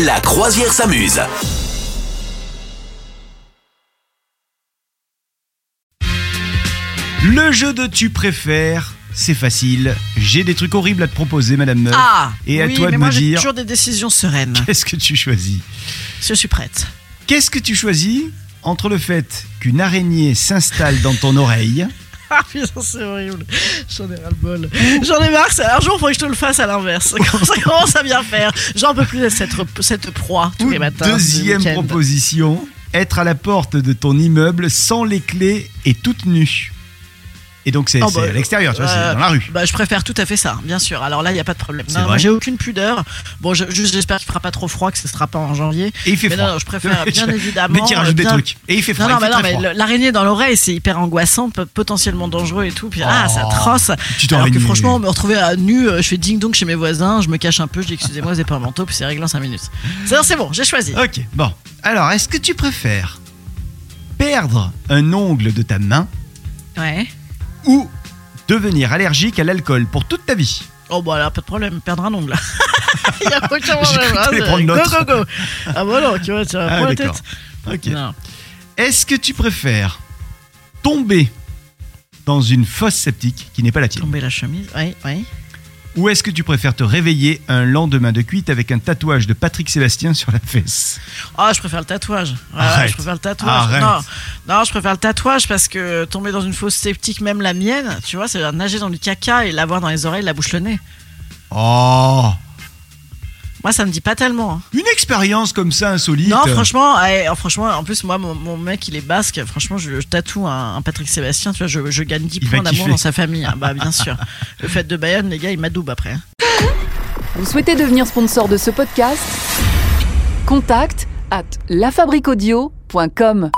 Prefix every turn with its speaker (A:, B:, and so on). A: La croisière s'amuse.
B: Le jeu de tu préfères, c'est facile. J'ai des trucs horribles à te proposer, Madame Meuf.
C: Ah
B: Et à
C: oui,
B: toi de
C: mais
B: me
C: moi, J'ai
B: dire-
C: toujours des décisions sereines.
B: Qu'est-ce que tu choisis
C: Je suis prête.
B: Qu'est-ce que tu choisis entre le fait qu'une araignée s'installe dans ton oreille
C: Ah putain, c'est horrible. J'en ai ras-le-bol. J'en ai marre. ça- Un jour, il faut que je te le fasse à l'inverse. Comme ça commence à bien faire. J'en peux plus de cette, cette proie tous
B: ou
C: les matins. du
B: Deuxième
C: week-end.
B: proposition, être à la porte de ton immeuble sans les clés et toute nue. Et donc c'est
C: Oh,
B: c'est
C: bah,
B: à l'extérieur, tu vois,
C: euh,
B: c'est dans la rue.
C: Bah, je préfère tout à fait ça, bien sûr. Alors là, il n'y a pas de problème.
B: C'est
C: Non,
B: vrai
C: moi, j'ai aucune pudeur. Bon, je- juste, j'espère qu'il fera pas trop froid, que ce sera pas en janvier.
B: Et il fait
C: mais
B: froid.
C: non, non, je préfère bien évidemment.
B: Dès qu'il rajoute
C: euh,
B: des
C: bien-
B: trucs. Et il fait froid.
C: Non, non,
B: il fait
C: mais, non,
B: très
C: mais
B: froid.
C: le- l'araignée dans l'oreille, c'est hyper angoissant, peut- potentiellement dangereux et tout. Puis, ah, c'est
B: Oh.
C: atroce.
B: Tu t'en
C: Alors que
B: régnes.
C: franchement, me retrouver à nu, euh, je fais ding dong chez mes voisins, je me cache un peu, je dis excusez-moi, vous n'avez pas un manteau, puis c'est réglé en 5 minutes. C'est c'est bon, j'ai choisi.
B: Ok, bon. Alors, est-ce que tu préfères perdre un ongle de ta main
C: Ouais.
B: ou devenir allergique à l'alcool pour toute ta vie
C: Oh bah là, pas de problème, perdre un ongle. là. Il y a aucun
B: J'ai cru
C: problème.
B: que
C: hein,
B: t'allais
C: c'est-
B: prendre
C: go,
B: l'autre.
C: go, go. Ah bah non, tu vois, tu vas prendre la tête.
B: Ok.
C: Non.
B: Est-ce que tu préfères tomber dans une fosse septique qui n'est pas la tienne
C: Tomber la chemise, ouais, ouais.
B: Ou est-ce que tu préfères te réveiller un lendemain de cuite avec un tatouage de Patrick Sébastien sur la fesse
C: Ah, je préfère le tatouage. Ouais, ouais,
B: Arrête.
C: je préfère le tatouage.
B: Arrête.
C: Non, non, je préfère le tatouage parce que tomber dans une fosse sceptique, même la mienne, tu vois, c'est nager dans du caca et l'avoir dans les oreilles, la bouche, le nez.
B: Oh
C: Moi, ça me dit pas tellement. hein.
B: Une expérience comme ça insolite
C: Non, franchement, ouais, en- franchement, en plus, moi, mon, mon mec, il est basque. Franchement, je, je tatoue un, un Patrick Sébastien. Tu vois, je, je gagne 10
B: Il va
C: points d'amour
B: kiffer.
C: dans sa famille. hein. Bah, bien sûr. Le fait de Bayonne, les gars, il m'adoube après. hein.
D: Vous souhaitez devenir sponsor de ce podcast Contact à lafabriquaudio.com.